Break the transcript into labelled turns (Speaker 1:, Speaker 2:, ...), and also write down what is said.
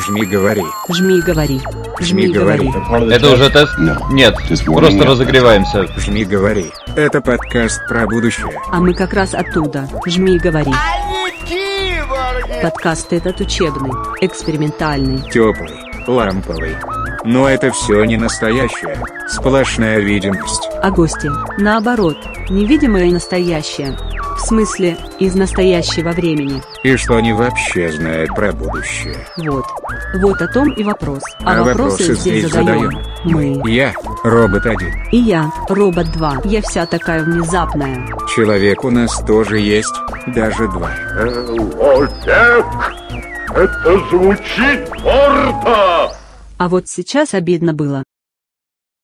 Speaker 1: Жми говори.
Speaker 2: Жми говори.
Speaker 1: Жми говори.
Speaker 3: Это уже тест?
Speaker 4: No.
Speaker 3: Нет,
Speaker 4: Just warming
Speaker 3: просто
Speaker 4: up.
Speaker 3: разогреваемся.
Speaker 1: Жми говори. Это подкаст про будущее.
Speaker 2: А мы как раз оттуда. Жми говори. Подкаст этот учебный, экспериментальный.
Speaker 1: Теплый, ламповый. Но это все не настоящее. Сплошная видимость.
Speaker 2: А гости, наоборот, невидимое и настоящее. В смысле, из настоящего времени.
Speaker 1: И что они вообще знают про будущее?
Speaker 2: Вот. Вот о том и вопрос. А,
Speaker 1: А
Speaker 2: вопросы,
Speaker 1: вопросы
Speaker 2: здесь
Speaker 1: здесь
Speaker 2: задаем. Мы.
Speaker 1: Я, робот один.
Speaker 2: И я, робот 2. Я вся такая внезапная.
Speaker 1: Человек у нас тоже есть, даже два.
Speaker 5: Человек! Э, Это звучит гордо!
Speaker 2: А вот сейчас обидно было.